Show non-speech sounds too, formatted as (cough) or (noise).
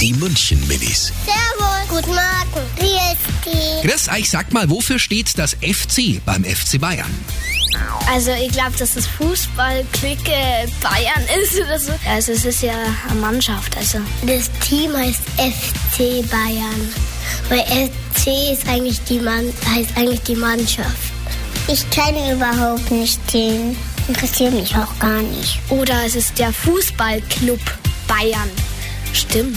Die München Minis. Servus. Guten Morgen. Wie ist die? Chris, ich sag mal, wofür steht das FC beim FC Bayern? Also ich glaube, dass das Fußballklicke Bayern (laughs) ist oder so. Also es ist ja eine Mannschaft, also. Das Team heißt FC Bayern. Weil FC ist eigentlich die Mann, heißt eigentlich die Mannschaft. Ich kenne überhaupt nicht den. Interessiert mich auch gar nicht. Oder es ist der Fußballclub Bayern. Stimmt.